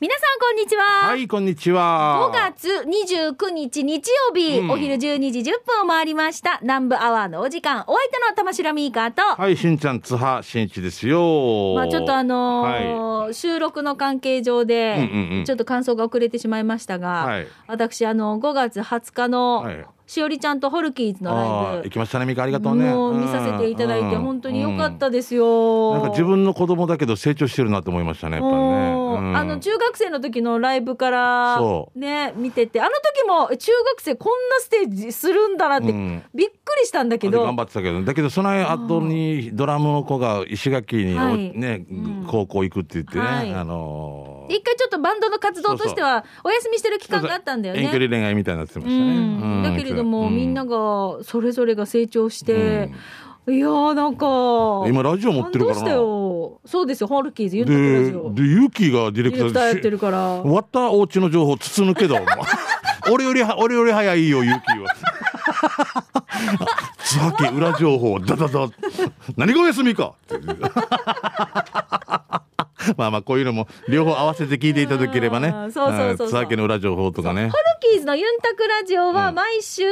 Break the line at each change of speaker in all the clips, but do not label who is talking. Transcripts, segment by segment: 皆さんこんにちは、
はい、こんにちは。
5月29日日曜日、
うん
お昼12時10分を回りました南部アワーのお時間お相手の玉城ミーカーと、
はい、しんちゃん、津波しんいちですよ。
まあ、ちょっとあの
はい
ー収録の関係上で、
うんうんうん
ちょっと感想が遅れてしまいましたが、
はい
私あの5月20日の、
はい
しおりちゃんとホルキーズの
あ
ラ
ー
イ
行
ブ
きましたね、みかありがとうね。
もう
うん
見させていただいて
うん
本当に良かっ
う
たですよ、
んなんか自分の子供だけど成長してるなと思いましたね、やっぱりね。
もう
うん
あの中学生の時のライブから
そ
ね見ててあの時も中学生こんなステージするんだなって、
うん
びっくりしたんだけ
で
ど
頑張ってたけど、だけどその後にドラムの子が石垣に、
はい
ね
うん、
高校行くって言ってね、
はい
あのー
一回ちょっとバンドの活動としてはお休みしてる期間があったんだよね。
遠距離恋愛みたいになってま
う
したね。うん
ん、だけれども、みんな
が、
がそれぞれが成長して、いやーなんか
今ラジオ持ってるか
感動
らな。
したよそうですよホルキーズ
で、
言
で、
ってラジオ
ユキがデ
ディ
ィレ
レ
ク
クタ
タ
ーや
ー
ってるから
終わったお家の情報筒抜 けだお前俺よりは俺より早いよ勇気は津波家裏情報ダダダ何がお休 みかっていうまあまあこういうのも両方合わせて聞いていただければね
うんそうそうそうそうん
津波家の裏情報とか
ホ
ね
ルキーズのユンタクラジオは毎週、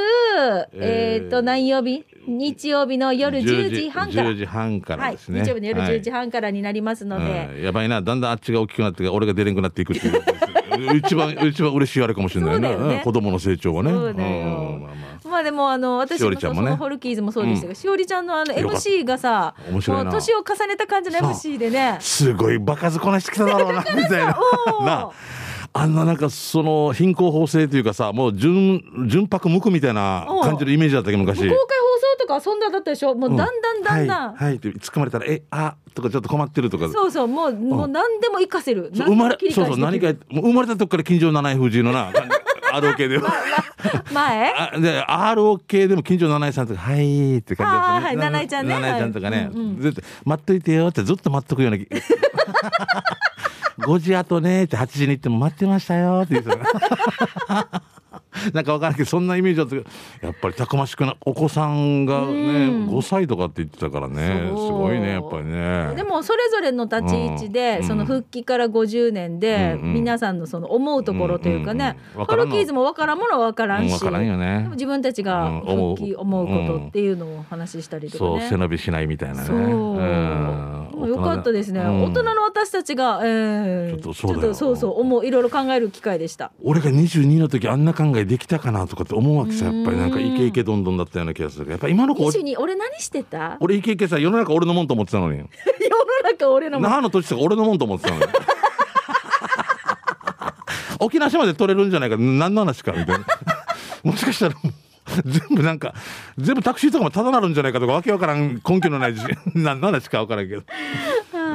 えーっと何曜日日曜日の夜10時半から
10時半からですね、
はい、日曜日の夜10時
半
半からになりますので、
うん、やばいなだんだんあっちが大きくなって俺が出れんくなっていくっていう 一番一番嬉しいあれかもしれないな
そうだよね
うん子供の成長はね
そうだよ
んまあまあ
まあでもあの私
しお
も
りちゃんも
そ
ね
のホルキーズもそうでしたが、
うん
しおりちゃんのあの
よかった
MC がさ
面白いな
もう年を重ねた感じの
そう
MC でね
すごい場数こなしてきただろ うな、みたいな。
うん
なああんななんかその貧困法制というかさ、もう純、純白無垢みたいな感じのイメージだったけど、
公
昔
開放。送とかそんなだったでしょもうだんだんだんだん、
はい、はい、って突っ込まれたら、え、あ、とかちょっと困ってるとか。
そうそうもう,、もう何でも活かせる
そう生ま
何で
れ
も切り、
そ
返
うそう、
して
何
く
かや、もう生まれたとこから近所七重藤井 のな、感じあるわけで。
る 前
あで ROK でも近所の七井さんとか「はい」って感じだった、
あーはい七井ちゃんね
七井ちゃんとかね、
はいうんうん
ずっと待っといてよ」ってずっと待っとくような 5時あとねって8時に行っても待ってましたよって言ってたなんかわからんけどそんなイメージだったけどやっぱりたくましくなお子さんが
う
ね
ん
5歳とかって言ってたからねす
そう
ごいねやっぱりね
でもそれぞれの立ち位置で、
うん
その復帰から50年で、
うんうん
皆さんのその思うところというかね、
うんうん
ホ
わからん
ル
の
キーズもわからんものはわからん
う
し、
んわからんよね
でも自分たちが
うん思
復
う
帰思うことっていうのをお話ししたりと
そう
かね。
背伸びしないみたいなね
そう
うん
もうよかったですね、
うん
大人の私たちが、えー
ちょっとそう
ち
だよ
ょっとそうそう思ういろいろ考える機会でした
俺が22の時あんな考えできたかなとかって思うわけさやっぱりなんか
うん
イケイケどんどんだったような気がするやっぱ今の子
22俺何してた
俺イケイケさ世の中俺のもんと思ってたのに
世の中俺のも
那覇の土地とか俺のもんと思ってたのに 沖縄島で取れるんじゃないか何の話かみたいな もしかしたら全部なんか全部タクシーとかもただなるんじゃないかとかわけわからん根拠のないじ 何の話かわからんけどなん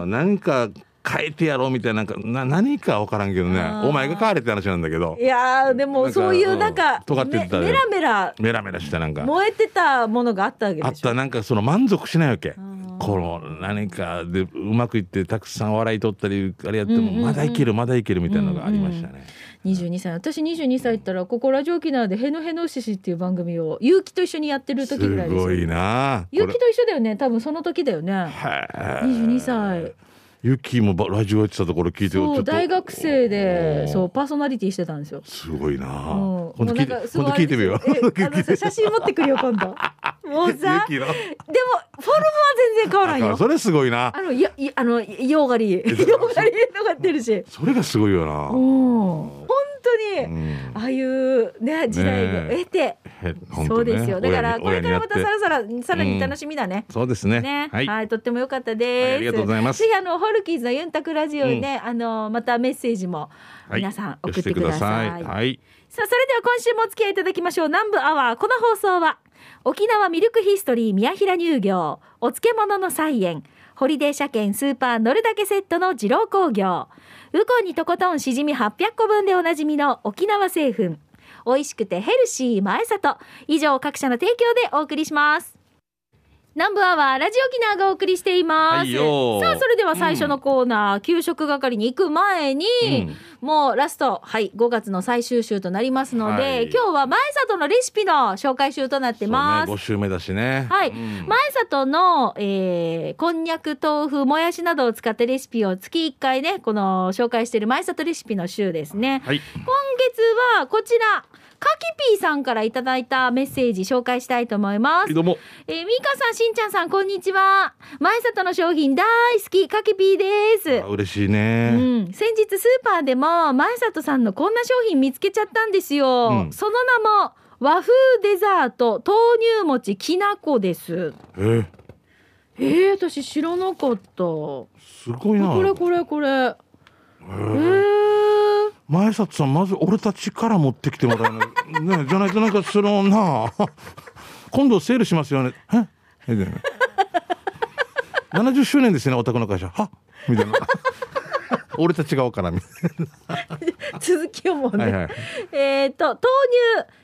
かななんか変えてやろうみたいななんかな何かわからんけどね
あー
お前が変われって話なんだけど
いやーで
な
も
んか
そういうなん
う
か
ん尖ってたよ
めメラメラ
メラメラしたなんか
燃えてたものがあったわけでしょ
あったなんかその満足しないわけ
ん
この何かでうまくいってたくさん笑い取ったりあれやっても
うんうんうん
まだいけるまだいけるみたいなのがありましたね
22歳私22歳ったらここラジオ沖縄で「へのへのしし」っていう番組を結城と一緒にやってる時ぐら
す
いです
ご
よ
いなあこ
結
れ
城と一緒だよね多分その時だよね
はあ
22歳
ユキもばラジオやってたところ聞いてちょっ
そう
と
大学生
おー
でそうパーソナリティしてたんですよ
すごいなあ
もう
今度聞いて
もうなんかす
今
ご
度聞いてみよう
えあ のさ写真持ってくるよ今度もうさで
ユキ
もフ
の
ォルムは全然変わらん
あ
よ
それすごいな
あのいやいあのヨーガリーヨーガリーとか出るし
それがすごいよな
うん本当
う
に
ん
ああいうね時代を得て
へ本当ね
そうですよ。だから
親
これ
に
からまた
親に
さ
やって
らさらさらに楽しみだね。
そうですね
ね、は、
はいい
とっても良かったです、
はいありがとうございます
ぜひあのホルキーズのユンタクラジオで、あのまたメッセージも
はい
皆さん送ってください。
寄せてくだはい
さあそれでは今週もお付き合いいただきましょう南部アワーこの放送は沖縄ミルクヒストリー宮平乳業お漬物の菜園ホリデー車検スーパー乗るだけセットの二郎工業ウコンにとことんしじみ800個分でおなじみの沖縄製粉美味しくてヘルシー前里以上各社の提供でお送りします南部アワーラジオキナーがお送りしています、
はいよー
さあそれでは最初のコーナー、給食係に行く前に、もうラストはい5月の最終週となりますので、
はい
今日は前里のレシピの紹介週となってま
ね、
す、
5週目だしね。
はい、
うん
前里の、えーこんにゃく豆腐もやしなどを使ってレシピを月1回ねこの紹介している前里レシピの週ですね、
はい。
今月はこちらかきぴーさんからいただいたメッセージ紹介したいと思います
どうも。
えー、ミカさん、しんちゃんさん、こんにちは。前里の商品大好き、かきぴーです
あ。嬉しいうね。
ん、先日スーパーでも前里さんのこんな商品見つけちゃったんですよ。
うん
その名も和風デザート豆乳餅きなこです。
えー
えー、私知らなかった。こ
すごいな。
れこれこれ。え
えー
ー、
前里さん、まず俺たちから持ってきても らえない。ね、じゃないとなんか、そのな、今度セールしますよね。えみたいな。70周年ですね、お宅の会社。は みたいな。俺たち側からみたい
続きをもうね。
な。はいはい。
えー、と豆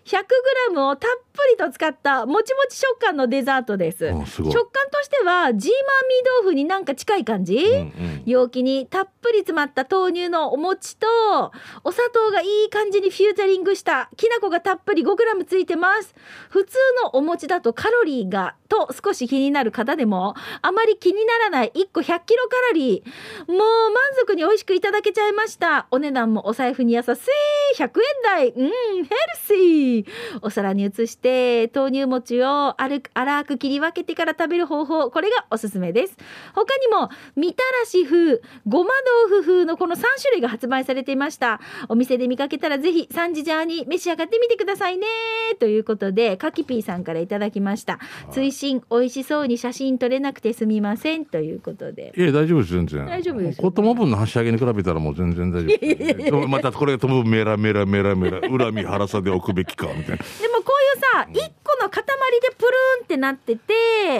乳 100g をたっぷりと使ったもちもち食感のデザートです
おすごい
食感としてはジーマーミー豆腐になんか近い感じ、
うんうん
容器にたっぷり詰まった豆乳のお餅とお砂糖がいい感じにフューチャリングしたきな粉がたっぷり 5g ついてます普通のお餅だとカロリーがと少し気になる方でもあまり気にならない1個 100kcal もう満足に美味しくいただけちゃいましたお値段もお財布に優しい100円台うんヘルシーお皿に移して豆乳餅を粗く粗く切り分けてから食べる方法これがおすすめです他にもみたらし風ごま豆腐風のこの3種類が発売されていましたお店で見かけたらぜひサンジジャーに召し上がってみてくださいねということでかきぴーさんからいただきました追伸美味しそうに写真撮れなくてすみませんということで
いや大丈夫です全然
大丈夫ですよ
子供分の箸上げに比べたらもう全然大丈夫でもまたこれが友分メラメラメラメラ恨み腹さで置くべきかみた いな
でもこういうさ1個の塊でプルーンってなってて、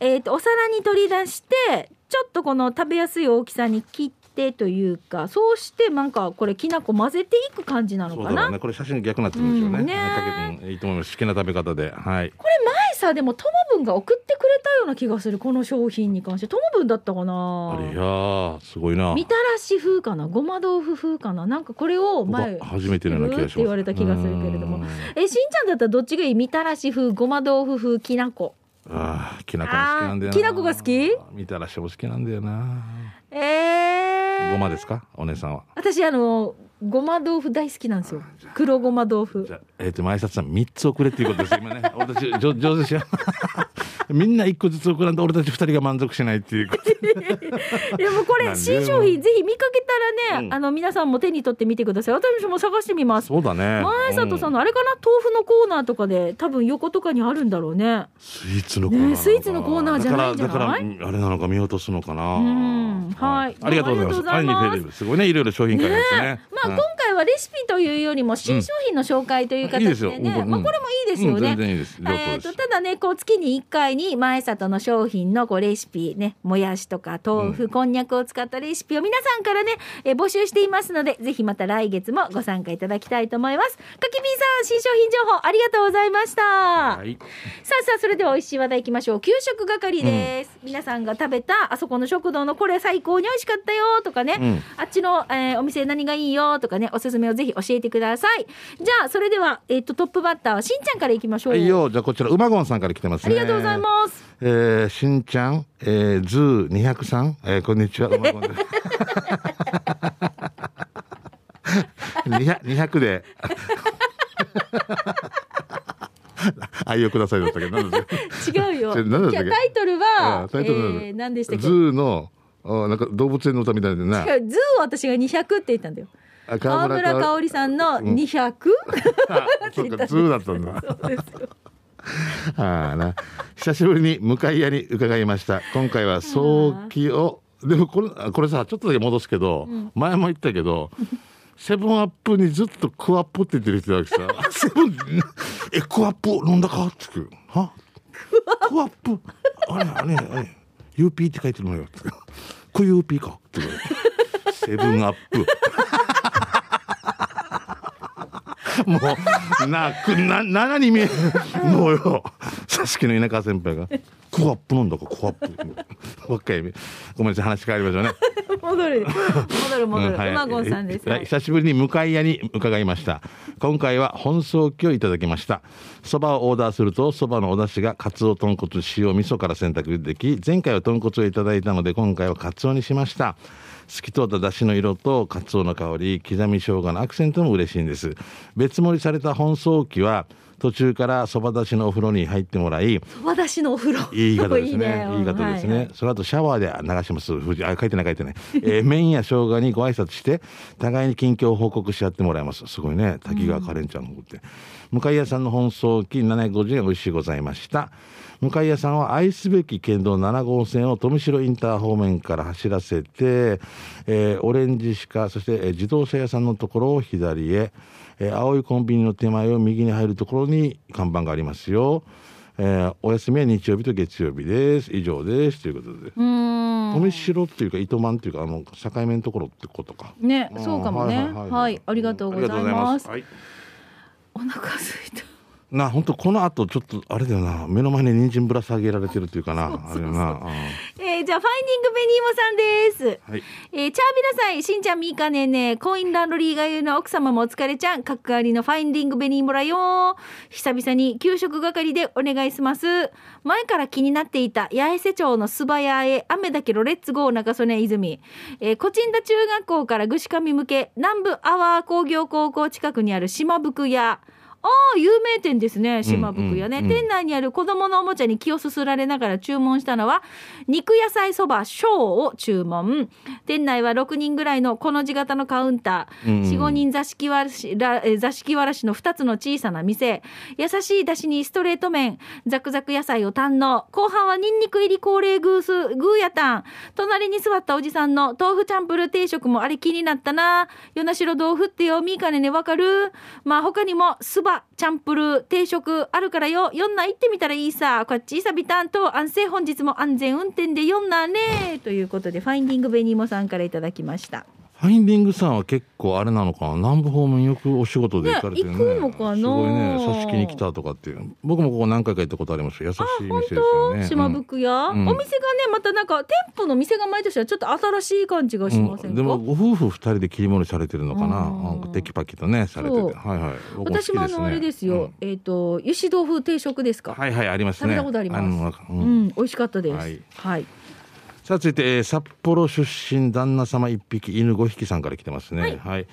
えー、とお皿に取り出してちょっとこの食べやすい大きさに切ってというかそうしてなんかこれきな粉混ぜていく感じなの
そう
か
だろ
な
うねこれ写真に逆になってるんですよね,、
うんね
かけてうんいいと思います好きな食べ方ではい
これ前さでもトモブンが送ってくれたような気がするこの商品に関してトモブンだったか
あれいや
な
ーすごいな
みたらし風かなごま豆腐風かななんかこれを
僕
前
は初めてのような気がします
言われた気がするけれども
うん
えしんちゃんだったらどっちがいいみたらし風ごま豆腐風きなこ
あーきなこも好きなんだ
あー
よな
きなこが好き
みたらしも好きなんだよな
えー、
ごまですかお姉さんは
私あのごま豆腐大好きなんですよ黒ごま豆腐
じゃあ、えっ、と、前里さん三つ送れっていうことです。今ね、 俺たち、上上手しよう。 みんな一個ずつ送らんと、俺たち二人が満足しないっていうこと。
でもこ
なん
れ
で
新商品ぜひ見かけたらね、
うん
あの皆さんも手に取ってみてください私も探してみます
そうだね。
前里さん
う
のあれかな豆腐のコーナーとかで多分横とかにあるんだろうね
スイーツのコーナーなのかな。
ねスイーツのコーナーじゃないんじゃない
だから、だからあれなのか見落とすのかな。
うんはい
ありがとうございます。
どうもありがとうございます
はいニフェリブすごいね、いろいろ商品開発ね。
ねまあ
うん
今回はレシピというよりも新商品の紹介という形
うんいいです
で
よ
ね、
うん
まあこれもいいですよ
うん
ね
全。然いいです。良好
えー、
です
とただねこう月に1回に前里の商品のこうレシピねもやしとか豆腐、こんにゃくを使ったレシピを皆さんからね、えー募集していますのでぜひまた来月もご参加いただきたいと思いますかきみんさん新商品情報ありがとうございました、
はい。
さあさあそれでは美味しい話題いきましょう給食係です、皆さんが食べたあそこの食堂のこれ最高に美味しかったよとかね、
うん
あっちの、えーお店何がいいよとかねおすすめをぜひ教えてくださいじゃあそれでは、えー、とトップバッターはしんちゃんからいきましょう
はいよ、じゃあこちら、馬ゴンさんから来てます
あ
ね。
りがとうございます。
えー、しんちゃん、えー、ズー203、えー、こんにちは。うまいも んです 200, 200で。 愛をくださいだったけど、なんですか
違うよ。
それ 何だっ
じ
た
ゃ
っ
あ
け
タイトルは、
あタイトルなんだ
えー何でしたっけ
ズ
違う
ーの、あなんか動物園の歌みたいで な。
ズーを私が200って言ったんだよ。
あ
川
川
村
か
香織さんの 200?
あ そうか、ズーだったんだ。
そうですよ。
ああな久しぶりに向かい屋に伺いました今回は早期をでもこれあこれさちょっとだけ戻すけど、前も言ったけどセブンアップにずっとクワップって言ってる人だけどさ セブンえクワップ飲んだかって聞くはクワップあれあれあれ UP って書いてるのよってこれ UP かって言うからセブンアップもう、な、く、な、ななに見え、もうよ、佐々木の田舎先輩が。クコアップなんだかコアップもう一回ごめんなさい話変わりましょうね
戻る戻る戻る、
うんはい
馬ゴンさんです、
え
は
はいい久しぶりに向かい屋に伺いました今回は本草器をいただきましたそばをオーダーするとそばのお出汁がかつお豚骨塩味噌から選択でき前回は豚骨をいただいたので今回はかつおにしました透き通った出汁の色とかつおの香り刻み生姜のアクセントも嬉しいんです別盛りされた本草器は途中からそば出汁のお風呂に入ってもらい
そば出しのお風呂
言い方 ですね。
うん
言い方ですね。
はいはい
その後シャワーで流します。ふじあ、書いてない書いてない。えー、麺や生姜にご挨拶して、互いに近況を報告し合ってもらいます。すごいね。滝川カレンちゃんの方って。向屋さんの本草金750円美味しいございました。向屋さんは愛すべき県道7号線を富城インター方面から走らせて、えーオレンジ鹿、そして、えー自動車屋さんのところを左へ、えー青いコンビニの手前を右に入るところに看板がありますよ。えーお休みは日曜日と月曜日です以上ですということで
うーん
富城っていうか糸満っていうかあの境目のところってことか
ね、そうかもね。
ん
はいありがとうござい
ありが
ます。
はい
お腹空いた。
な本当この後ちょっとあれだよな目の前に人参ぶら下げられてるっていう かなあれよなう
えー、じゃ
ん
あファインディングベニーモさんです。
はい
えー、チャービラサイ、しんちゃんみーかねーねー、コインランドリーが言うの奥様もお疲れちゃん、角ありのファインディングベニーモラよー。久々に給食係でお願いします。前から気になっていた八重瀬町の素早へ、雨だけどレッツゴー中曽根泉。えー、コチンダ中学校からぐしかみ向け、南部アワー工業高校近くにある島福屋。ああ、有名店ですね、島福屋ね。
うんうんうん
店内にある子供のおもちゃに気をすすられながら注文したのは、肉野菜そば小を注文。店内は6人ぐらいのこの字型のカウンター。
うん
4、5人座敷わらし、らえー座敷わらしの2つの小さな店。優しい出汁にストレート麺、ザクザク野菜を堪能。後半はニンニク入り高齢グース、グーヤタン。隣に座ったおじさんの豆腐チャンプル定食もあれ気になったな。与那城豆腐ってよ、みーかねねわかるまあ他にも、スバ、チャンプル、定食あるからよ。四な行ってみたらいいさ。こっちいさびたんと、安静本日も安全運転で四なね。ということで、ファインディングベニーモさんからいただきました。
ファインディングさんは結構あれなのかな南部方面よくお仕事で行かれてるね
ね行くのかな
すごいね組織に来たとかっていう僕もここ何回か行ったことあります優しい店
本
ですよね
当島福屋、
んうん
お店がねまたなんか店舗の店が毎年はちょっと新しい感じがしませんか、
うんでもご夫婦二人で切り盛りされてるのか
うん
なあテキパキとねされてて
そう
はいはい僕好き
私もあのあれです
う
よ
ん、
えっ、と油脂豆腐定食ですか、
はいはいあります
食べ
ね
たことあります
のう
うんん美味しかったですは
はいい、さあ続いて、えー札幌出身旦那様1匹犬5匹さんから来てますねはい、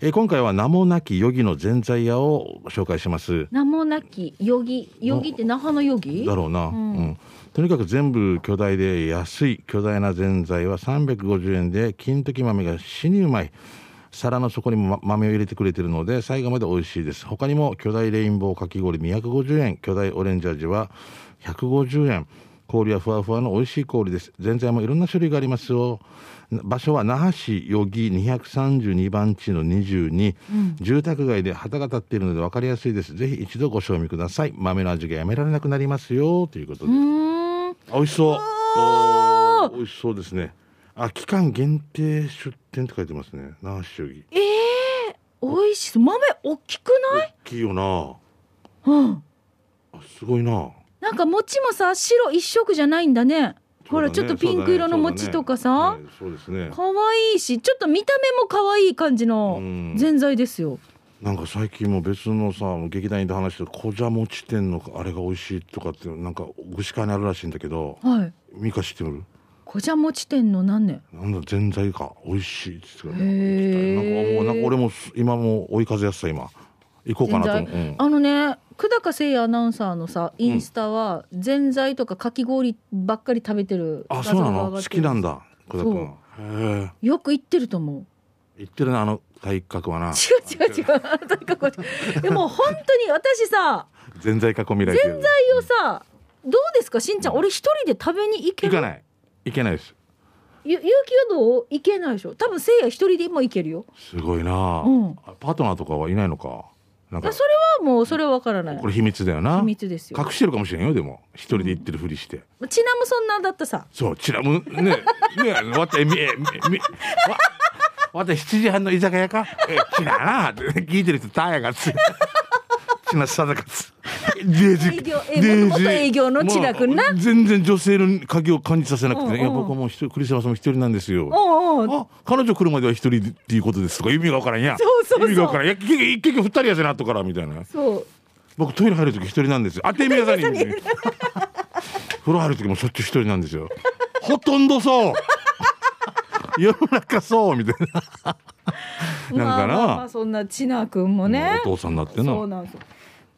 えー今回は名もなきヨギのぜんざい屋を紹介します
名もなきヨギヨギって那覇のヨギ
だろうな、うんんとにかく全部巨大で安い巨大なぜんざいは350円で金時豆が死にうまい皿の底にもま豆を入れてくれてるので最後まで美味しいです他にも巨大レインボーかき氷250円巨大オレンジ味は150円氷はふわふわの美味しい氷ですぜんざいもいろんな種類がありますよ場所は那覇市余木232番地の22、住宅街で旗が立っているので分かりやすいですぜひ一度ご賞味ください豆の味がやめられなくなりますよということで、
うーん
美味しそう
おー
おー美味しそうですねあ期間限定出店って書いてますね那覇市余木
えー、美味しそう豆大きくない、
大きいよな
うん、
あすごいな
なんか餅もさ白一色じゃないんだねほらちょっとピンク色の餅とかさ、
そうだねそうだねはいそう
可愛いしちょっと見た目も可愛い感じの
うん
ぜんざいですよ、
ですねなんか最近も別のさ劇団員と話してる小じゃ餅店のあれが美味しいとかってなんか具志川にあるらしいんだけど
はい
ミカ知ってる
こじゃ餅店の何年
なんだぜんざいか美味しいっつってた
へ
ね
ー
なんかもうなんか俺もす今もう追い風やすさ今行こうかなと思う、うん
あのね久高誠也アナウンサーのさインスタはぜんざいとかかき氷ばっかり食べてる
あそうなの好きなん
だ
だ小田君へえ
よく行ってると思う
言ってるなあの体格はな
違う違う違うとにかくでも本当に私さ
全在囲みられて
そ
る
れをさどうですかしんちゃん俺一人で食べに行け
行
る
かない行けないです
ゆ有給どう行けないでしょ多分誠也一人で今行けるよ
すごいな、
うん
あパートナーとかはいないのかなん
いや
か
それはもうそれは分からない
これ秘密だよな
秘密ですよ
隠してるかもしれんよでも一人で行ってるふりして、
ちなもそんなだったさ
そうちらむ ねねわたえみえみみわわた7時半の居酒屋かえちらなって聞いてる人ターヤがつちなさだかつデージ
営業えー元々営業の千賀君な
まあ全然女性の鍵を感じさせなくて、
うんうん
いや僕はもう一人クリスマスも一人なんですよ
おうおう
あ彼女来るまでは一人でっていうことですとか意味がわからんや
そうそうそう
意味がわからんいや結局結局二人やせなったからみたいな
そう
僕トイレ入る時一人なんですよ当てみ屋さんに風呂入る時もしょっちゅう一人なんですよほとんどそう世の中そうみたいななん
ま
かな
あまあまあそんな千奈君もね
お父さんになってな
そうなんですよ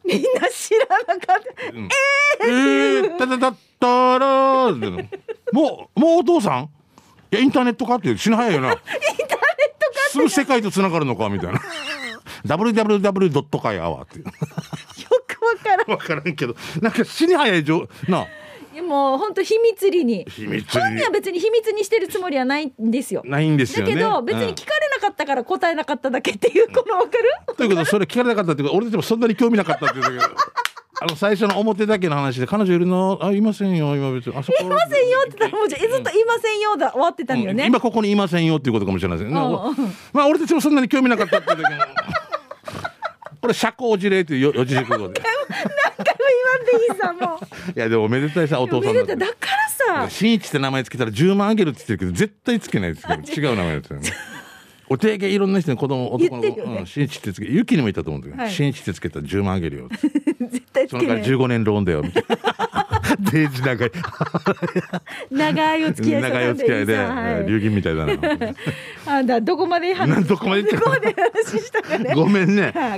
みんな知らなかった
えー、たたたたらーってもう、もうお父さんいや、インターネットかって死ぬ早いよな。インターネットかすぐ世界と繋がるのかみたいな。www. かやわっていう。
よくわからん
わからんけど、なんか死に早い状、なあ、
いやもう本当秘密裏に
秘密
本人は
に。
別に秘密にしてるつもりはないんですよ
ないんです
だ
よね。
けど別
う
に
ん
聞かれなかったから答えなかっただけっていうこのわかる
ということはそれ聞かれなかったっていうか俺たちもそんなに興味なかったっていうだけどあの最初の表だけの話で彼女いるのあいませんよ今別にあそこ
いませんよって言ったらもうじゃずっと「いませんよ」だ終わってたんだよね、
うん今ここにいませんよっていうことかもしれないですね
うんうん
まあ俺たちもそんなに興味なかったっていうだけのこれ社交辞令っていうよ四字熟語で
言わんでいいさも
いやでもおめでたいさお
う
父さ
見
んだっ
れ
て
ただからさ
新一って名前つけたら10万あげるって言ってるけど絶対つけないですけど違う名前だったよねお手上げいろんな人に子供男の
言ってるよね
子新一ってつけユキにもいたと思うんだけ
は
ど
い
新一ってつけたら10万あげるよって
絶対つ
そ
け
の
な
か
い
ら15年ローンだよみたいな。デージ長い。
長いお付き合いさ
長い
せ
お付き合
て
い
いた
で、
だいて
流銀みたいだな。
あんだどこまで
な
話
どこまで行っ
ど
た
こまで話したかね
ごめんね。
はいかき氷の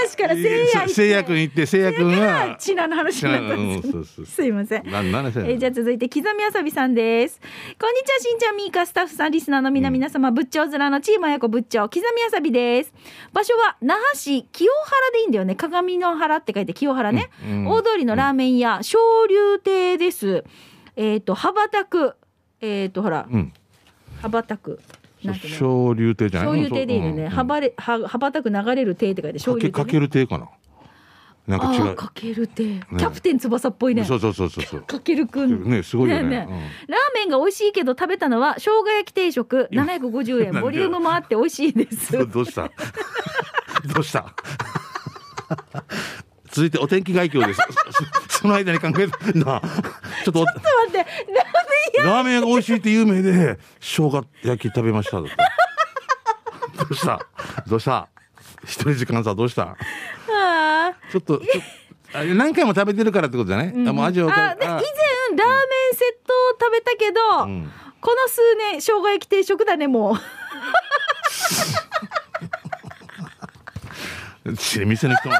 話からせいや
せいや君行って、せいや君
が
が。
チナの話になったんですよね
うんそうそう
すいません
なん、なんせ。
えーじゃあ続いて刻みあさびさんですこんにちはしんちゃんみーかスタッフさんリスナーのみな皆様、仏頂面のチームあやこ仏頂刻みあさびです場所は那覇市清原でいいんだよね鏡の原って書いて清原ね、
うんうん
大通りのラーメン屋、昇龍亭ですえっ、と羽ばたくえっ、とほら
うん。
羽ばたくなんてね
昇竜亭じゃない
昇竜亭でいいのね、羽
幅
ばれは羽ばたく流れる亭って書いて昇
か
龍亭、
け、
ね、
かける亭かな。なん
あ
か違
ー
う。
かける亭、キャプテン翼っぽいね
そうそうそうそうそう。
かけるくん
ね、すごいよ
ね
ね。
えラーメンが美味しいけど食べたのは生姜焼き定食750
なんで
円ボリュームもあって美味しいです
うんどどうした どう した続いてお天気概況です。そその間に考えて、なあ、ちょっとお
待ってラ
ラーメン屋が美味しいって有名で生姜焼き食べましただってどうしたどうした一人時間さどうした
ーメンあ
ちょっとちょあ何回も食べてるからってことじゃない、あもう味を
ー
か
あで以前ラーメンセットを食べたけど、
ん
この数年生姜焼き定食だねもう
し店の人も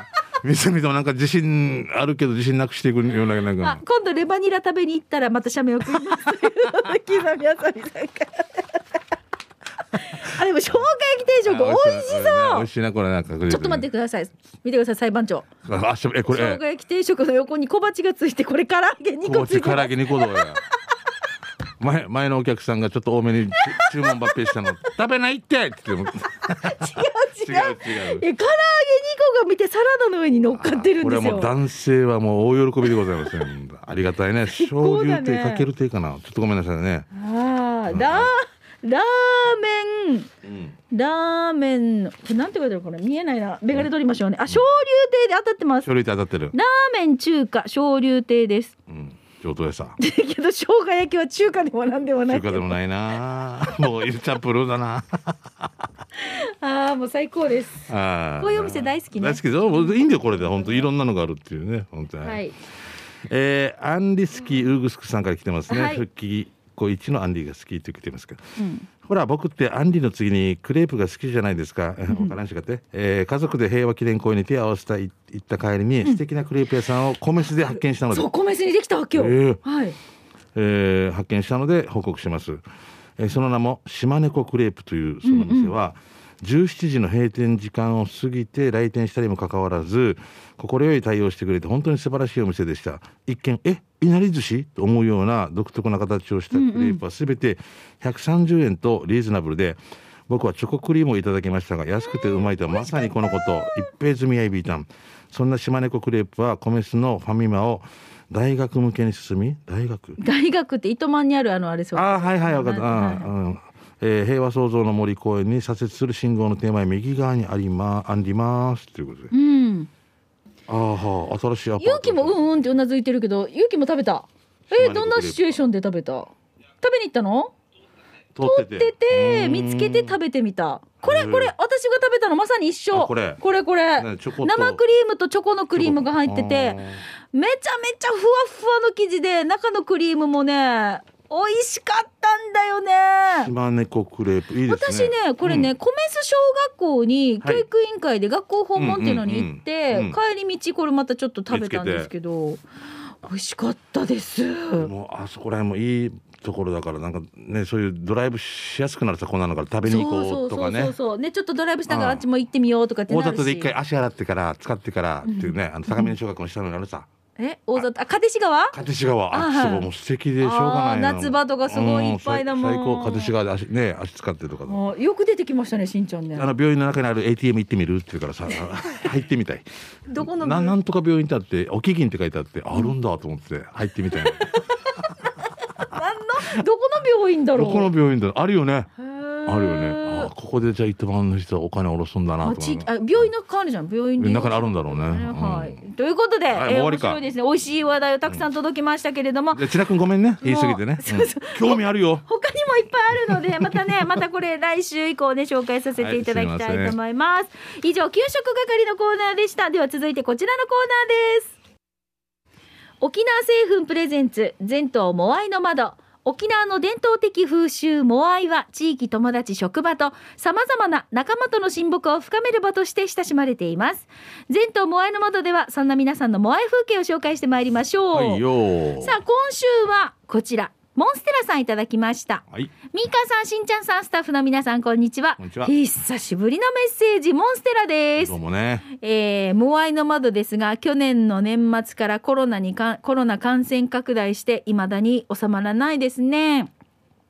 店の人もなんか自信あるけど自信なくしていくようななん
あ
か
今度レバニラ食べに行ったらまた写メ送り ます刻みあさみさんからあでも生姜焼き定食美味し
あ
そ
美
う
味しいなこれなんか
ちょっと待ってください見てください裁判長
あしょえこ
生
れ
姜焼き定食の横に小鉢がついてこれ唐揚げ2
高
個つ
知
いて
唐
ます
揚げ2個どうや前前のお客さんがちょっと多めに注注文ばっぺしたの食べないってって言っても
違う違う。
違う
え唐
違う
揚げ2個が見てサラダの上に乗っかってるん
こ
で
れは
す
も
よ
う。男性はもう大喜びでございますよ ありがたいね
高
昇
だ
竜
ね
亭かける亭かなちょっとごめんなさいね
ああ、ラーラーメン。ラーメンこれなんて書いてあるこれ見えないなメガネ取りましょうねあ昇竜亭で当たってます
昇竜亭当たってる、
ラーメン中華昇竜亭です
うん、上等でさ
だけど生姜焼きは中華でもなんでもない
中華でもないな もうイルチャプルーだな
ああもう最高です
あー
こういうお店大好きね
大好きですもういいんだよこれで本当いろんなのがあるっていうね本当に、
はい
えーアンリスキーウーグスクさんから来てますね、
はい
復帰小一のアンリが好きって来てますけど
うん
ほら僕ってアンリの次にクレープが好きじゃないですか。えわからんしかって、えー家族で平和記念公園に手を合わせたい行った帰りに素敵なクレープ屋さんを米市で発見したので、
そう米酢にできたわけよ、
え
はい
えー発見したので報告します、えーその名も島猫クレープというその店は、17時の閉店時間を過ぎて来店したにもかかわらず快い対応してくれて本当に素晴らしいお店でした一見えいなり寿司と思うような独特な形をしたクレープは全て130円とリーズナブルで僕はチョコクリームをいただきましたが安くてうまいとはまさにこのこと一平積み合いビータンそんな島猫クレープは米酢のファミマを大学向けに進み大学
大学って糸満にあるあのあれそう
あーはいはい分かった、
はい
あーうんえー平和創造の森公園に左折する信号の手前右側にありまありますということで
うん
ああ、はあ、新しいアパート。
勇気もうんうんってうなずいてるけど勇気も食べたえーどんなシチュエーションで食べた食べに行ったの
通
取ってて見つけて食
べ
べてみたこれ
うん
これ私が食べたのまさに一緒
あこれ
これこれ
ねチョコと
生クリームとチョコのクリームが入っててめちゃめちゃふわふわの生地で中のクリームもね美味しかったんだよね
島猫クレープいいです
私
ね
ねこれね、コメス小学校に
はい
教育委員会で学校訪問っていうのに行って、
うんうんうん
帰り道これまたちょっと食べたんですけど美味しかったです
うんもうあそこら辺もいいところだからなんかねそういうドライブしやすくなるさこんなのから食べに行こうとか
そうそ
ね
うそうねちょっとドライブしながらあ
うん
っちも行ってみようとかってな
大
るし
里で一回足洗ってから使ってからっていうねあの相模の小学校の下のあるさ
え大里あカデシ川
葛飾は
あ
あ
はい
すごいもう素敵でしょうがない
あー
な
夏場とかすごいいっぱいだもん
う最高葛飾で足ね足使ってるとか
あよく出てきましたねしんちゃんね
あの病院の中にある ATM 行ってみるって言うか らさあ入ってみたい
どこの
ななんとか病院ってあって「おきぎん」って書いてあってあるんだと思って入ってみた いな
なんのどこの病院だろ
ど
う
この病院だあるよね
へー
あるよねあーここでじゃあ一番の人はお金下ろすんだな
あ
と
地
思う
域あ病院の管理じゃん病院で
中にあるんだろうね、
は
う
い、ということで、
はい
えー
終わ
面
りか
白いですね美味しい話題をたくさん届きましたけれども、
んで千田君ごめんね言い過ぎてね、
そうそう
うん興味あるよ
他にもいっぱいあ るので、またね、またこれ来週以降ね、紹介させていただきたいと思います。以上、給食係のコーナーでした。では続いてこちらのコーナーです。沖縄製粉プレゼンツ、全島モアイの窓。沖縄の伝統的風習モアイは地域友達職場と様々な仲間との親睦を深める場として親しまれています。全島モアイの窓ではそんな皆さんのモアイ風景を紹介してまいりましょう。
はいよ
さあ今週はこちらモンステラさんいただきました
はい
ミーカーさんしんちゃんさんスタッフの皆さんこんにちは
こんにちは
久しぶりのメッセージモンステラです
どうもね
えー、モアイの窓ですが去年の年末からコロナにかコロナ感染拡大していまだに収まらないですね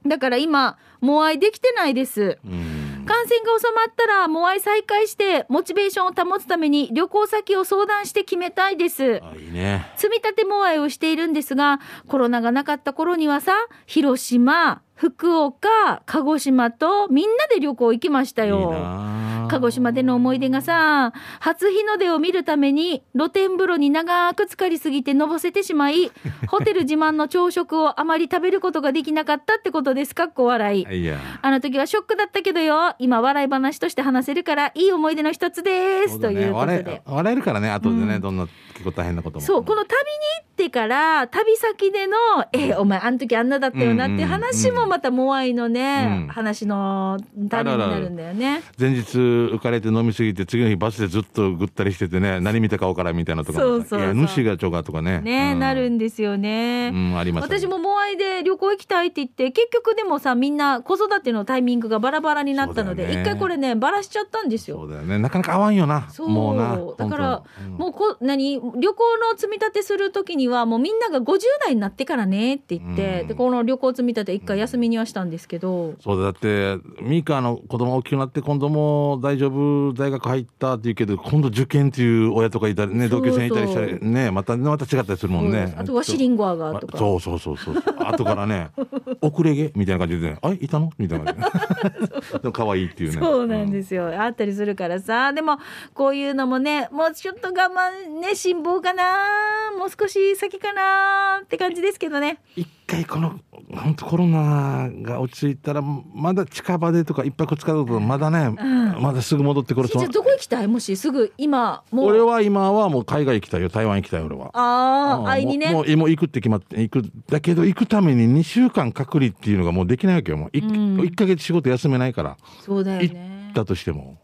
だから今モアイできてないです
うん
感染が収まったらモアイ再開してモチベーションを保つために旅行先を相談して決めたいです
あいいね
積み立てモアイをしているんですがコロナがなかった頃にはさ広島福岡鹿児島とみんなで旅行行きました
いい
よ。
な
鹿児島での思い出がさ初日の出を見るために露天風呂に長く浸かりすぎてのぼせてしま いホテル自慢の朝食をあまり食べることができなかったってことですかっこ笑い
いや
あの時はショックだったけどよ今笑い話として話せるからいい思い出の一つです、
そう
と
だ
い
ね
うこと
笑
で
え笑えるからね後でね、
うん
どんな結構大変なことも
そう、この旅に行ってから、旅先での、えーお前、あの時あんなだったよなっ
うん
て
うんうん
話もまたモアイのね、
うん
話の種になるんだよね。
前日浮かれて飲みすぎて次の日バスでずっとぐったりしててね何見たか分からんみたいなとかも
そうそうそう
いや主がちょがとかね
ね、
うん
なるんですよ
う
ね。
んあります
私もモアイで旅行行きたいって言って結局でもさみんな子育てのタイミングがバラバラになったので、
そうだよ
一
ね
回これねバラしちゃったんですよ
そうだよねなかなか合わんよな
そう
もうな
だから
本当うん
もうこ何旅行の積み立てする時にはもうみんなが50代になってからねって言って、
うん
でこの旅行積み立て一回休みにはしたんですけど、
そうだだってミカの子供大きくなって今度も大丈夫大学入ったって言うけど今度受験っていう親とかいたりね
そう
同
そう
級生いたりしたりねまたまた違ったりするもん
そうで
ね
すあとはシリンゴアガー
ま
とか。
そうそうそうそう後からね 遅れ毛みたいな感じで「あいたの?」みたいな感じで でも可愛いっていうね
そうなんですよ、あったりするからさでもこういうのもねもうちょっと我慢ね辛抱かなもう少し先かなって感じですけどね
一回この本当コロナが落ち着いたらまだ近場でとか一泊二日だとまだね、
ん
まだすぐ戻ってくる
しんちゃんどこ行きたいもしすぐ今もう
俺は今はもう海外行きたいよ台湾行きたい俺は。
あ
うん
あ愛にね
もうもうもう行くって決まって行くだけど行くために2週間隔離っていうのがもうできないわけよもう 1,、
うん
一ヶ月仕事休めないから
そうだよ
行
ね
だとしても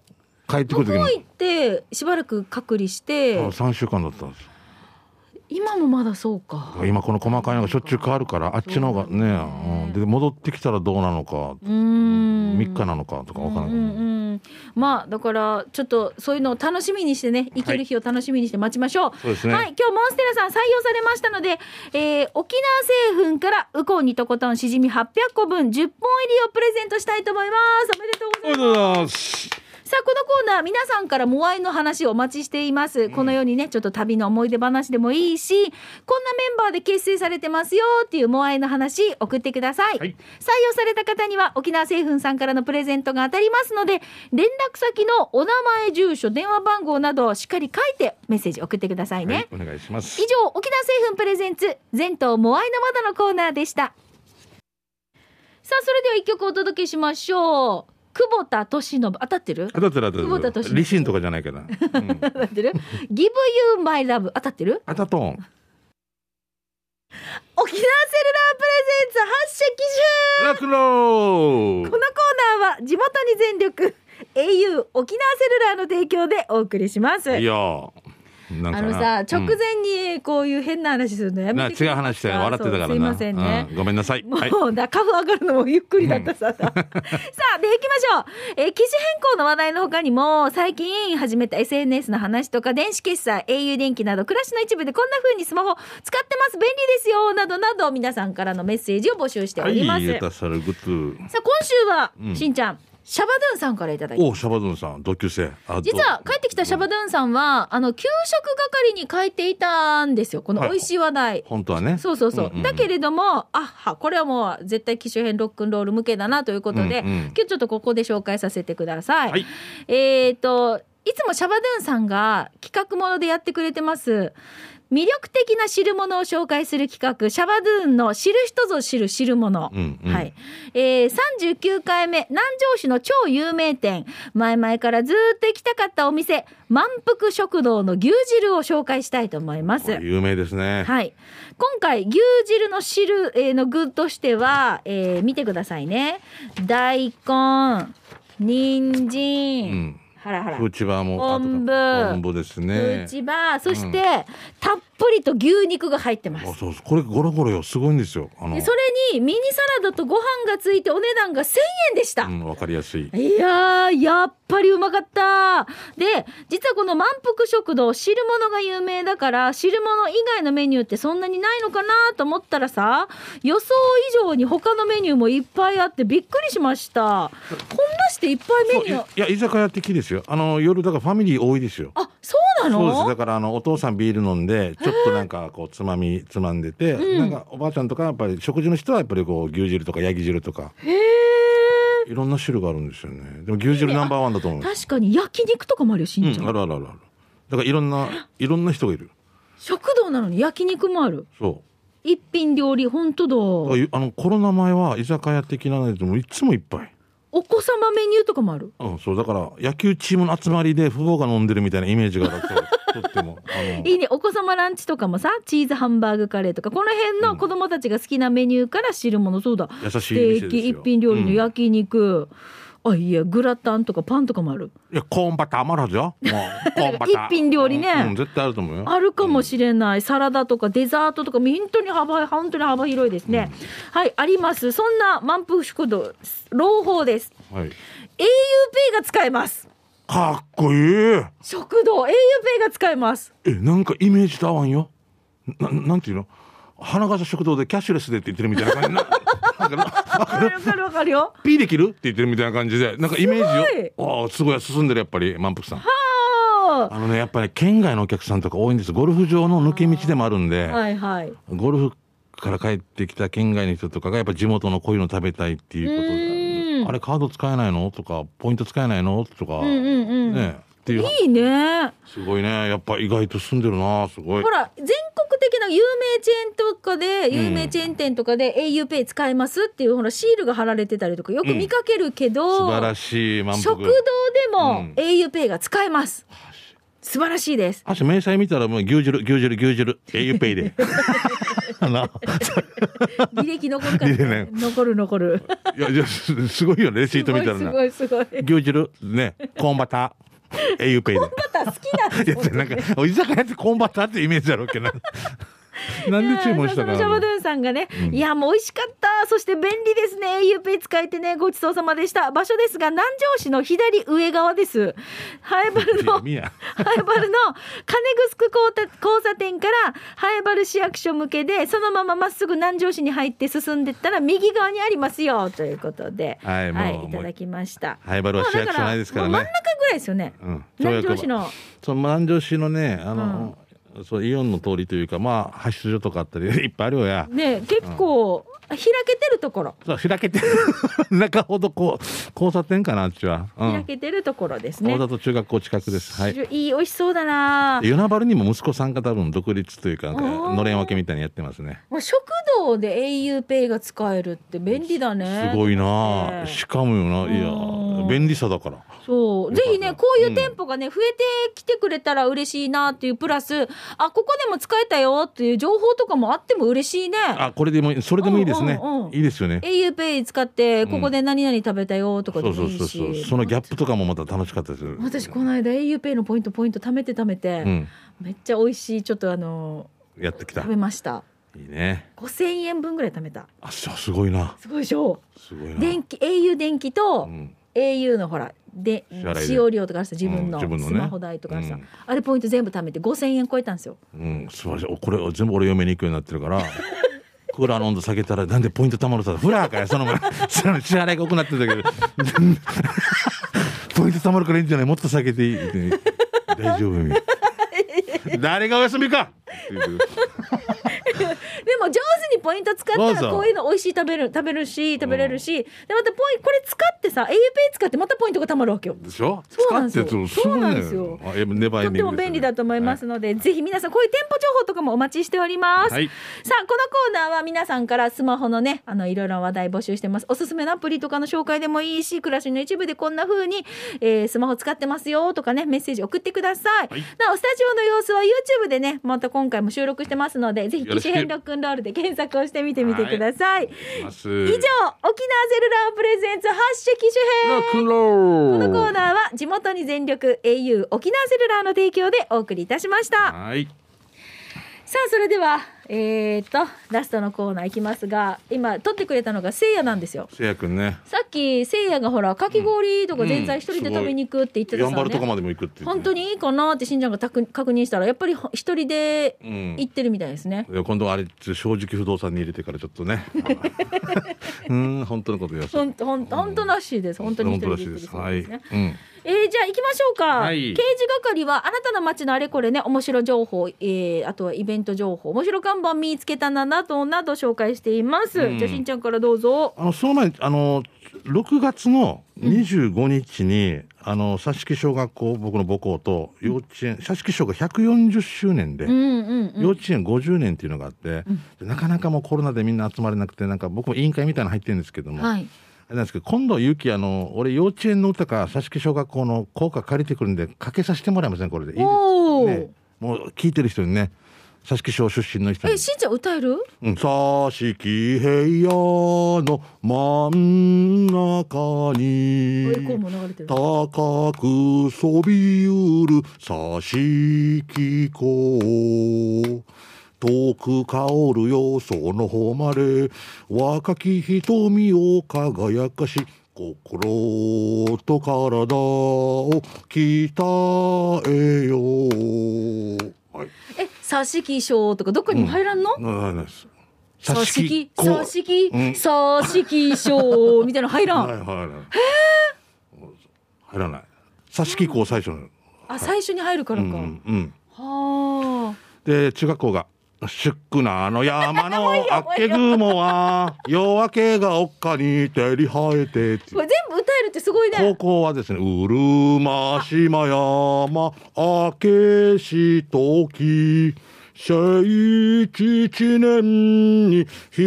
帰って
向こ
くる時
う
に
行ってしばらく隔離して
3週間だったんですよ
今もまだそうか
今この細かいのがしょっちゅう変わるからあっちの方が
そうだね
ね、うんで戻ってきたらどうなのか、
うーん
3日なのかとかわからない、
うんうんうんまあだからちょっとそういうのを楽しみにしてね行ける日を楽しみにして待ちましょう、はい
そうですね
今日モンステラさん採用されましたので、えー沖縄製粉からウコンにとことんしじみ800個分10本入りをプレゼントしたいと思いますおめでとうございます
ありがとうございます
さあこのコーナー皆さんからモアイの話をお待ちしていますこのようにねちょっと旅の思い出話でもいいしこんなメンバーで結成されてますよっていうモアイの話送ってください、
はい
採用された方には沖縄製粉さんからのプレゼントが当たりますので連絡先のお名前住所電話番号などをしっかり書いてメッセージ送ってくださいね、
はい、お願いしま
以
す。
上沖縄製粉プレゼンツ全島モアイの窓のコーナーでしたさあそれでは一曲お届けしましょう久保田利伸当たってる
あだってだって
久保田利伸
リシンとかじゃないか な。うん
当たってる Give you my love 当たってる
あたとん。
沖縄セルラープレゼンツ発射機種
ラクロ
このコー
ー。
ナーは地元に全力 au 沖縄セルラーの提供でお送りします
いやー。なん
あ
か
の
な
さ直
うん
前にこういう変な話するのや
な
め
違
て
う話して笑ってたからな。
そうすいませんね、
うんごめんなさい。
もう、
はい。
だ花粉上がるのもゆっくりだった さ。さあ、で、行きましょう。えー、機種変更の話題の他にも、最近始めた SNS の話とか、電子決済、au 電気など、暮らしの一部でこんな風にスマホ使ってます、便利ですよ、などなど、皆さんからのメッセージを募集しております。
はい、ゆ
さ
たさるグッズ。
あ、今週は、
うん
しんちゃん、シャバドゥンさんからいただいた。
お、シャバドゥンさん、同級生。あ
実は帰ってきたシャバ
ド
ドゥンさんは、あの、給食係に書いていたんですよ。この美味しい話題。
ゥン。本当はね。
そうそうそう、
んんん
だけれどもあはこれはもう絶対機種編ロックンロール向けだなということで、
うんうん
今日ちょっとここで紹介させてください、
はい
えっ、といつもシャバドゥンさんが企画ものでやってくれてます魅力的な汁物を紹介する企画シャバドゥンの知る人ぞ知る汁物、
うんうん
はいえー、39回目南城市の超有名店前々からずーっと行きたかったお店満腹食堂の牛汁を紹介したいと思います
これ有名ですね。
はい。今回、牛汁の汁、えーの具としては、えー見てくださいね。大根、人参、
うん。
ハラハラ。
フーチバーも。
昆布
あと昆布ですね
う。ちば、そして、たっぷりと牛肉が入ってま
あ、
す。
そうそう。これゴロゴロよ。すごいんですよ。あの
でそれに、ミニサラダとご飯がついてお値段が1000円でした。
うん、わかりやすい。
いやー、やっぱりうまかった。で、実はこの満腹食堂、汁物が有名だから、汁物以外のメニューってそんなにないのかなと思ったらさ、予想以上に他のメニューもいっぱいあってびっくりしました。こんなしていっぱい
そ
メ
う
ニュー
い。や居酒屋的ですよあの夜だからファミリー多いですよ
あ、そうな
そうです
の
だからあのお父さんビール飲んでちょっとなんかこうつまみつまんでて、
ん
なんかおばあちゃんとかやっぱり食事の人はやっぱりこう牛汁とかヤギ汁とか
へえ。
いろんな汁があるんですよねでも牛汁ナンバーワンだと思う
確かに焼肉とかもあるよ、しんちゃ。
うんんあるあるあるあるだからいろんないろんな人がいる
食堂なのに焼肉もある。
そ
一品料理、ほんとだ。
うだからあのコロナ前は居酒屋的なのでもいつもいっぱい
お子様メニューとかもある。
うん、そうだから野球チームの集まりで父母が飲んでるみたいなイメージがあるそうとってもあ の
いいねお子様ランチとかもさチーズハンバーグカレーとかこの辺の子供たちが好きなメニューから汁物そうだ
優し
ス
い
テ
店です
ー
よ
キ一品料理の
うん
焼肉、あいやグラタンとかパンとかもある
いや、コーンバター余らずよ。もう、コーンバタ ー。
一品料理ね
うん、絶対あると思うよ。
あるかもしれない、サラダとかデザートとか本当に幅本当に幅広いですね、はいありますそんな満腹食堂朗報です
はい。
auPay が使えます
かっこいい。
食堂 auPay が使え ます
え、なんかイメージと合わんよ。な、なんていうの花笠食堂でキャッシュレスでって言ってるみたいな感じな。なんかな、
わかるわかるわかるよ
ピーできるって言ってるみたいな感じで、なんかイメー
す
ジを。ああ、すごい、進んでる、やっぱり、満腹さん。
あ
あのね、やっぱり、県外のお客さんとか多いんです。ゴルフ場の抜け道でもあるんで
ー、はいはい
ゴルフから帰ってきた県外の人とかが、やっぱ地元のこういうの食べたいっていうことで。
うん
あれカード使えないのとかポイント使えないのとか、
うんうんうん
ねっていう
いいね
すごいねやっぱ意外と住んでるなすごい
ほら全国的な有名チェーンとかで有名チェーン店とかで auPay 使えますっていうほらシールが貼られてたりとかよく見かけるけど、
素晴らしい満
食堂
腹
でも
うん
auPay が使えます、素晴らしいです
あし明細見たらもう牛汁牛汁牛汁 au ペ イで あの
履歴残るから、
履歴ね
残る残る
いやいやすすごいよねレシート見た ら
す
な
ごいすごいすごい
牛汁ねコーンバター au ペイで
また好きなん
いやなんか居酒屋ってコーンバターってイメージだろうけど ななんで注文した
い
か
やーそのシャバ
な
ドゥンさんがね、
うん
いやもう美味しかったそして便利ですね auPay 使えてねごちそうさまでした場所ですが南城市の左上側ですハエバルの
いや
ハエバルの金城交差交差点からハエバル市役所向けでそのまままっすぐ南城市に入って進んでったら右側にありますよということで、
はいもう
いただきました。
ハイバルは市役所ないですから
もう
ね
真ん中ぐらいですよね。
うん
南城市の。
その南城市のねあの、そうイオンの通りというかまあ発出所とかあったりいっぱいあるよや
ね、結構開けてるところ。
そう開けて 中ほどこう交差点かなあっちは、うん
開けてるところですね
大。里中学校近くですはい
いい美味しそうだな。
与那原にも息子さんが多分独立というか
おー
のれん分けみたいにやってますね
もう食堂で auPay が使えるって便利だね。
すごいなあ、
ね
しかもよないや
うん
便利さだから
そう。ぜひ
よ
ね、
か
こ
った
ういう店舗がね、増えてきてくれたら嬉しいなっていう、プラス、あ、ここでも使えたよっていう情報とかもあっても嬉しいね。
あこれでもいいそれでもいいですね、
うんうんうん
いいですよね
auPay 使って、ここで何々食べたよと
そ
かで
う
も
そう
い
そう
い
そう
し。
そのギャップとかもまた楽しかったですよ
私、この間 auPay のポイント、ポイント貯めて貯めて、
うん
めっちゃ美味しい、ちょっとあの、
やってきた
食べました。
いいね
5000円分ぐらい貯めた。
あそうすごいな
すごいでしょ。
すごいな
電気、au 電気と、
うん、
au のほらで
支払いで
使用料とかさ自分の,、
うん自分の
ス
ね
マホ代とかさ、
うん
あれポイント全部貯めて5000円超えたんですよ
うん、素晴らしいおこれ全部俺嫁に行くようになってるから クーラーの温度下げたらなんでポイントたまるさフラーかよその前 その支払いが多くなってんだけど ポイントたまるからいいんじゃないもっと下げていいって大丈夫よ 誰がお休みかっていう
でも上手にポイント使った
そうそ
ら
う
こういうの美味しい食べる食べるし食べれるし、でまたポイこれ使ってさ auPay 使ってまたポイントが貯まるわけよ
でしょ
そうなんですよ
使って
そうなんですよ
あえ粘
と
り
っ
ね
ても便利だと思いますので、ぜひ皆さんこういう店舗情報とかもお待ちしております、
はい
さあこのコーナーは皆さんからスマホのねあのいろいろな話題募集してますおすすめのアプリとかの紹介でもいいし暮らしの一部でこんな風に、えースマホ使ってますよとかねメッセージ送ってください、
はい
なおスタジオの様子は YouTube でねまた今回も収録してますのでぜひ
よろ
機
しく
種変ロックンロールで検索をしてみてみてください、
はいます
以上沖縄セルラープレゼンツ発射機種編
ロックンロ
こ
ール
のコーナーは地元に全力 au 沖縄セルラーの提供でお送りいたしました。
はい
さあ、それでは、えー、と、ラストのコーナーいきますが、今、撮ってくれたのがせいやなんですよ。
せいやくんね
さっき、せいやがほら、かき氷とか全
う
然
ん
一人で食べに行くって言ってた
頑張
さ、
るとこ
ね。
までも行くって言って
本当にいいかなってしんちゃんがたく確認したら、やっぱりほ一人で
うん
行ってるみたいですね。
いや今度はあれ正直不動産に入れてからちょっ とねうん本当のこと言わせて
本当本当本当らしいです。本当に一人で行ってるそう
は
で
い、
すね。
うん、
えー、じゃあ行きましょうか、
はい
刑事係はあなたの街のあれこれね面白情報、えー、あとはイベント情報面白看板見つけたななどなど紹介しています、
うん
じゃあしんちゃんからどうぞ
あのその前にあの6月の25日に、あの佐敷小学校僕の母校と幼稚園佐敷小が140周年で、
うんうんうん
幼稚園50年っていうのがあって、でなかなかもうコロナでみんな集まれなくてなんか僕も委員会みたいなの入ってるんですけども、あ
はい
れなんですけど今度ゆきあの俺幼稚園の歌か佐敷小学校の校歌借りてくるんでかけさせてもらえませんこれでいいです
おお、
ね、もう聞いてる人にね佐敷小出身の人に
えしんちゃん歌える
「うん佐敷平野の真ん中
お
に
いこうも流れてる
高くそびうる佐敷港」遠く香るよその誉れ若き瞳を輝かし心と体を鍛えよう。はい
え佐敷賞とかどっかにも入らんの、
なないないです。
佐敷佐敷
うん
佐敷賞みたいなの入ら
はい
ん
はいはい。入らない。佐敷校最初の。
あ最初に入るか
う
ら
ん
か、
うんうん。
はあ
で中学校が。シュックなあの山のあっけ雲は夜明けが丘に照り生えてって
これ全部歌えるってすごいね
高校はですね、うるま島山、あけしとき、聖地知念に光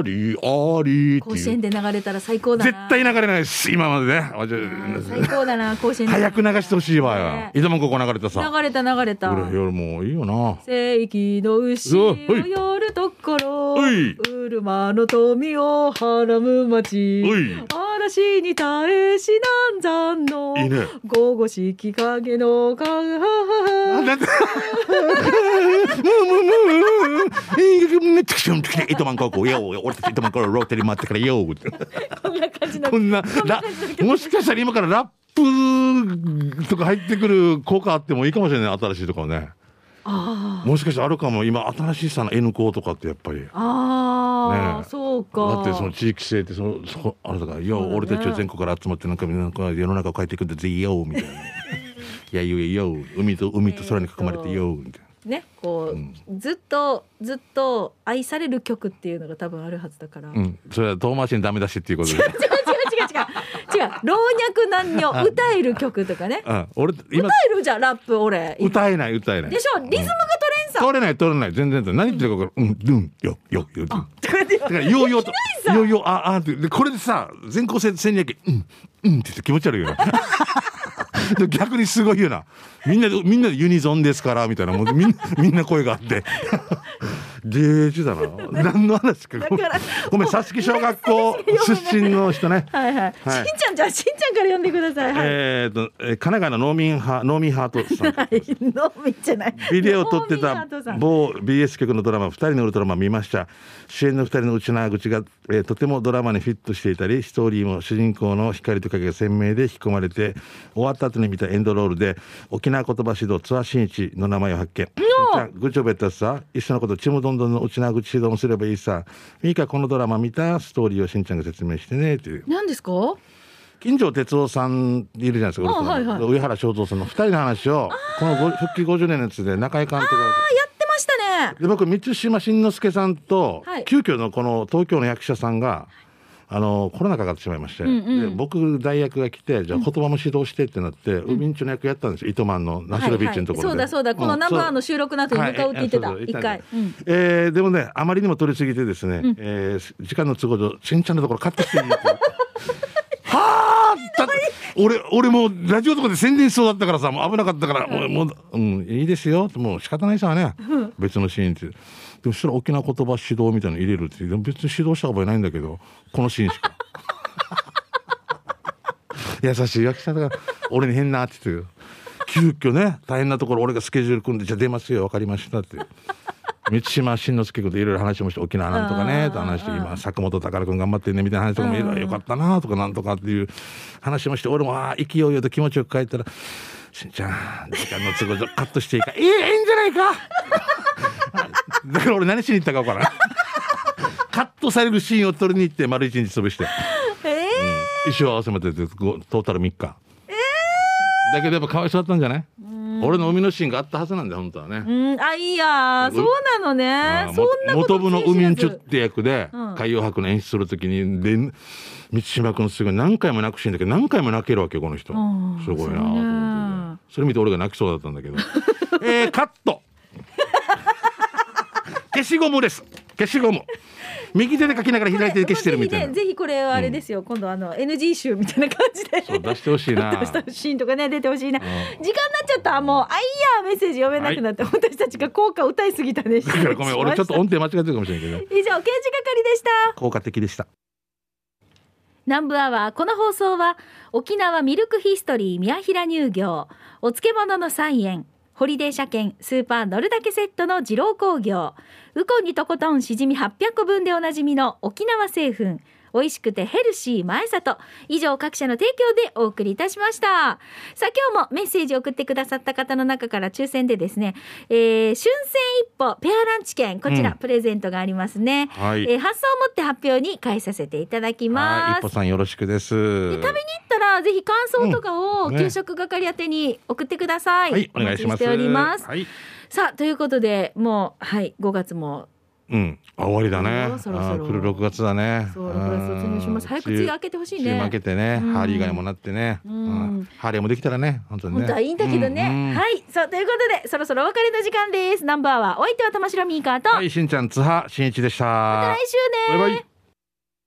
ありって
甲
いう
子園で流れたら最高だな
絶対流れないです、今までね。あじゃ
あー最高だな甲子園で
早く流してほしいわよ
ね。
いつもここ流れたさ。
流れた流れた
俺よりもいいよな。
世紀の牛を寄るところ
おいう
るまの富をはらむ町
おい
嵐に耐えしなんざんの
いいね
午後式影のか
あ
は
なんだもうもうもうもういいねチクションチクション糸満高校ようよ俺たち糸満からローテリー回ってからよう
こんな感じの
こんなラもしかしたら今からラップとか入ってくる効果あってもいいかもしれない新しいとかね
あー
もしかしてあるかも今新しいさな N 校とかってやっぱり
あー、
ねえ
そうか
だってその地域性ってそのそこあれだから「よ、
そうだね
俺たちは全国から集まってなんかみんなこう世の中を変えていくんだぜよ」みたいな「いやゆえよ海と海と空に囲まれてよ」みたいな。
ねこう、
うん
ずっとずっと愛される曲っていうのが多分あるはずだから、
う、
違うん
それは遠回しにダメ出しっていうことで、
違う違う違う老若男女歌える曲とかね
うん、俺今
歌えるじゃんラップ俺
歌えない歌えない
でしょリズムが取れんさ、
取れない取れない全然取れない何言ってるか分からんうんドゥンよよよドゥン
とかで
だからヨーヨーとヨーヨーああってでこれでさ全校生戦略うんうんって言って気持 ち悪いよなでも逆にすごいよなみんなでみんなでユニゾンですからみたいなもうみんなみんな声があって 芸術だな何の話かごめん
だから
ごめん佐々木小学校出身の人ね
はいはい、
はい
しんちゃんじゃあしんちゃんから呼んでください、はい
えーとえー神奈川の農民派農民ハートさ ん
はい、のみじゃない
ビデオを撮って
能
た
見ハートさん
某 BS 局のドラマ「二人のウルトラマン」見ました主演の二人の内縄口が、えーとてもドラマにフィットしていたりストーリーも主人公の光と影が鮮明で引き込まれて終わった後に見たエンドロールで沖縄言葉指導津和新一の名前を発見じゃあ愚痴をべったさ一緒のことちむどんどんの内縄口指導もすればいいさいいかこのドラマ見たストーリーをしんちゃんが説明してねっていう
何ですか
金城哲夫さんいるじゃないですか、
あはいはい
上原正蔵さんの二人の話をこのご復帰50年のやつで中井監督が
あやってましたね
で僕満島真之介さんと、
はい
急遽のこの東京の役者さんがあのコロナかかってしまいまして、
んうん
で僕代役が来てじゃあ言葉も指導してってなって、ウミンチョの役やったんですよ糸満のナショナルビーチのところで、
はいはいそうだそうだこのナンバーの収録の後に
はい
向かうって言ってた
はい
一回
そうそう行ったんですえーでもねあまりにも取りすぎてですね、えー時間の都合上しんちゃんのところカットしていいって言ってはあだって俺俺もうラジオとかで宣伝しそうだったからさもう危なかったから、もうもう、うん、いいですよもう仕方ないさね、別のシーンってでもそしたら沖縄言葉指導みたいなの入れるってでも別に指導した覚えないんだけどこのシーンしか優しい役者だから 俺に変なって言ってる急遽ね大変なところ俺がスケジュール組んでじゃあ出ますよ分かりましたって満島真之介君といろいろ話もして沖縄なんとか
あ
ね
ー
と話して今坂本宝君頑張ってんねみたいな話とかもいろいろよかったなとかなんとかっていう話もして俺もああ勢いよと気持ちよく帰ったら「しんちゃん時間の都合上カットしていいかいいいいんじゃないか! 」だから俺何しに行ったか分からんカットされるシーンを撮りに行って丸一日潰して。
ええ
衣装合わせまででごトータル3日、だけどやっぱかわいそうだったんじゃない俺の海のシーンがあったはずなんだよ本当はね、
うん、あ、いいやー、
う
そうなの
あ
ね
あ。
そんなこと
元部の
気に
海
しな
に
ず
ちょって役で
うん
海洋博の演出するときにで満島君すごい何回も泣くシーンだけど何回も泣けるわけよこの人
うん
すごい
そう
なと
ね
思っててそれ見て俺が泣きそうだった んだけどえー、カット消しゴムです消しゴム右手で書きながら左手で消してるみたい
ぜ
な
ひねぜひこれはあれですよ、今度あの NG 集みたいな感じで
そう出してほしい な
出してほしいとかね出てほしいな、
ん
時間になっちゃったもうあいやーメッセージ読めなくなって、私たちが効果歌いすぎた ね
だからごめん俺ちょっと音程間違ってるかもしれないけど
以上刑事係でした
効果的でした
南部アワーこの放送は沖縄ミルクヒストリー宮平乳業お漬物の菜園ホリデー車検スーパー乗るだけセットの二郎工業ウコンにとことんしじみ800個分でおなじみの沖縄製粉美味しくてヘルシー前里以上各社の提供でお送りいたしましたさあ今日もメッセージを送ってくださった方の中から抽選でですね、えー、春戦一歩ペアランチ券こちら
うん
プレゼントがありますね、
はい
えー発想をもって発表に返させていただき
はい、
ま
一
す
歩さんよろしくです。
食べに行ったらぜひ感想とかを
うんね
給食係宛てに送ってください。
はい、お願いしま
お待ち
す。
しております。
はい、
さあということでもうはい5月も
うん、あ終わりだね。
そろそろ
あー来る六月だね。
そう6月突入します。早く梅雨明けてほしい
梅雨
ね
明。けてね、
うん
ハーリー以外もなってね、
うん
うんハーリーもできたらね、本当にね。
本当はいいんだけどね。
うんうん
はいさあということでそろそろお別れの時間です。ナンバーはお相手は玉城ミーカーと、
はい、しんちゃん、津波、しんいちでした。
来週ね
バイバイ。